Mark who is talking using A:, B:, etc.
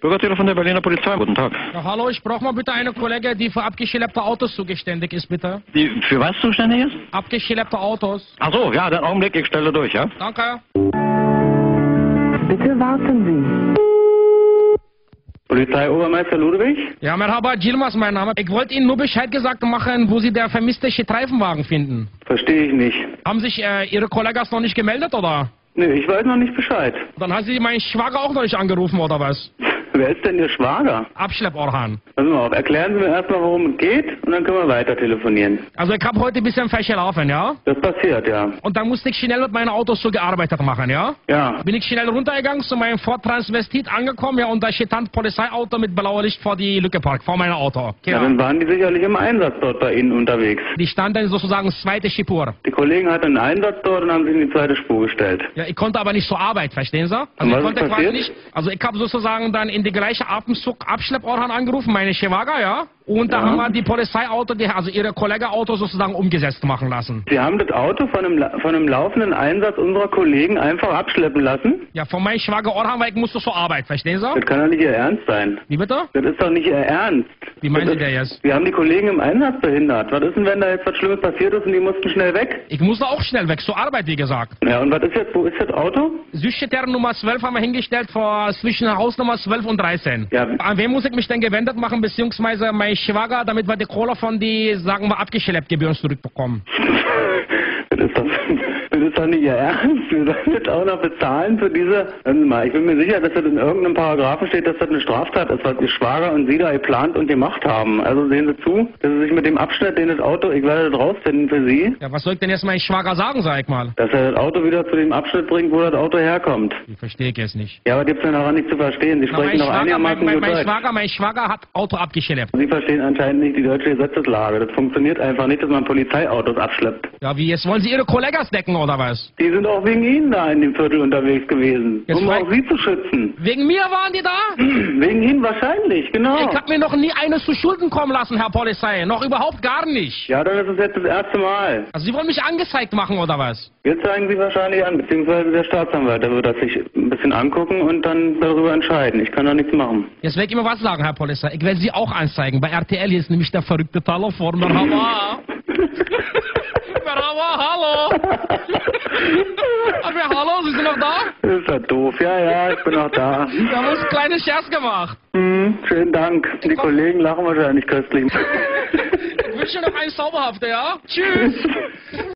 A: Bürgertelefon der Berliner Polizei, guten Tag.
B: Ja, hallo, ich brauche mal bitte eine Kollegin, die für abgeschleppte Autos zuständig ist, bitte.
A: Die für was zuständig ist?
B: Abgeschleppte Autos.
A: Ach so, ja, den Augenblick, ich stelle durch, ja?
B: Danke.
C: Bitte warten Sie.
D: Polizeiobermeister Ludwig?
B: Ja, Merhaba, Yilmaz mein Name. Ich wollte Ihnen nur Bescheid gesagt machen, wo Sie der vermisste Streifenwagen finden.
D: Verstehe ich nicht.
B: Haben sich äh, Ihre Kollegas noch nicht gemeldet, oder?
D: Nee, ich weiß noch nicht Bescheid.
B: Dann hat Sie meinen Schwager auch noch nicht angerufen, oder was?
D: Wer ist denn Ihr Schwager?
B: Abschlepporhan.
D: Passen Sie mal auf, erklären Sie mir erstmal, worum es geht und dann können wir weiter telefonieren.
B: Also ich habe heute ein bisschen verschlafen, ja?
D: Das passiert, ja.
B: Und dann musste ich schnell mit meinen Autos so gearbeitet machen, ja?
D: Ja,
B: Bin ich schnell runtergegangen zu meinem Ford Transvestit angekommen, ja, und da steht dann Polizeiauto mit blauer Licht vor die Lücke parkt, vor meinem Auto.
D: ja.
B: Genau.
D: dann waren die sicherlich im Einsatz dort bei Ihnen unterwegs.
B: Die standen sozusagen zweite Spur.
D: Die Kollegen hatten einen Einsatz dort und haben Sie in die zweite Spur gestellt.
B: Ja, ich konnte aber nicht zur Arbeit, verstehen Sie?
D: Und
B: Also ich
D: was
B: konnte
D: ist passiert?
B: nicht. Also ich habe sozusagen dann in die gleiche Atemzug Abschlepporhan angerufen, meine Chewaga, ja. Und da
D: Ja.
B: haben wir die Polizeiauto, die, also ihre Kollege-Auto sozusagen umgesetzt machen lassen.
D: Sie haben das Auto von einem, La- von einem laufenden Einsatz unserer Kollegen einfach abschleppen lassen?
B: Ja, von meinem Schwager Orhan, weil ich musste zur Arbeit, verstehen Sie?
D: Das kann doch nicht Ihr Ernst sein.
B: Wie bitte?
D: Das ist doch nicht Ihr Ernst.
B: Wie meinen
D: Das
B: Sie
D: ist-
B: denn jetzt?
D: Wir haben die Kollegen im Einsatz behindert. Was ist denn, wenn da jetzt was Schlimmes passiert ist und die mussten schnell weg?
B: Ich musste auch schnell weg zur Arbeit, wie gesagt.
D: Ja, und was ist jetzt, wo ist das Auto?
B: Süßstädter Nummer 12 haben wir hingestellt vor zwischen Hausnummer 12 und 13.
D: Ja.
B: An wen muss ich mich denn gewendet machen, beziehungsweise mein Schwager, damit wir die Kohle von die, sagen wir, abgeschleppt Gebühren zurückbekommen?
D: Das ist, doch, das ist doch nicht Ihr Ernst. Wir sollen jetzt auch noch bezahlen für diese. Hören Sie mal, ich bin mir sicher, dass das in irgendeinem Paragraphen steht, dass das eine Straftat ist, was Ihr Schwager und Sie da geplant und gemacht haben. Also sehen Sie zu, dass Sie sich mit dem Abschnitt, den das Auto, ich werde das rausfinden für Sie,
B: Ja, was soll ich denn jetzt mein Schwager sagen, sag ich mal?
D: dass er das Auto wieder zu dem Abschnitt bringt, wo das Auto herkommt.
B: Ich verstehe ich jetzt nicht.
D: Ja, aber gibt's denn daran nicht zu verstehen. Sie
B: Na, mein,
D: sprechen doch
B: Schwager, mein,
D: einigermaßen
B: mein,
D: gut
B: mein,
D: Deutsch.
B: Schwager, mein Schwager hat Auto abgeschleppt.
D: Sie verstehen anscheinend nicht die deutsche Gesetzeslage. Das funktioniert einfach nicht, dass man Polizeiautos abschleppt.
B: Ja, wie, jetzt wollen Sie Ihre Kollegas decken, oder was?
D: Die sind auch wegen Ihnen da in dem Viertel unterwegs gewesen,
B: Jetzt
D: um
B: frag-
D: auch Sie zu schützen.
B: Wegen mir waren die da?
D: Wegen Ihnen wahrscheinlich, genau.
B: Ich hab mir noch nie eines zu Schulden kommen lassen, Herr Polizei. Noch überhaupt gar nicht.
D: Ja, dann ist es jetzt das erste Mal.
B: Also Sie wollen mich angezeigt machen, oder was?
D: Jetzt zeigen Sie wahrscheinlich an, beziehungsweise der Staatsanwalt, der wird das sich ein bisschen angucken und dann darüber entscheiden. Ich kann da nichts machen.
B: Jetzt werde ich immer was sagen, Herr Polizei. Ich werde Sie auch anzeigen. Bei RTL hier ist nämlich der verrückte Taler vor. Merhaba. Merhaba, hallo. Aber hallo, Sie sind noch da?
D: Ist das doof? Ja, ja, ich bin auch da.
B: Wir haben uns einen kleinen Scherz gemacht.
D: Hm, schönen Dank. Die Kollegen lachen wahrscheinlich köstlich.
B: Ich wünsche Ihnen noch einen Zauberhaften, ja? Tschüss.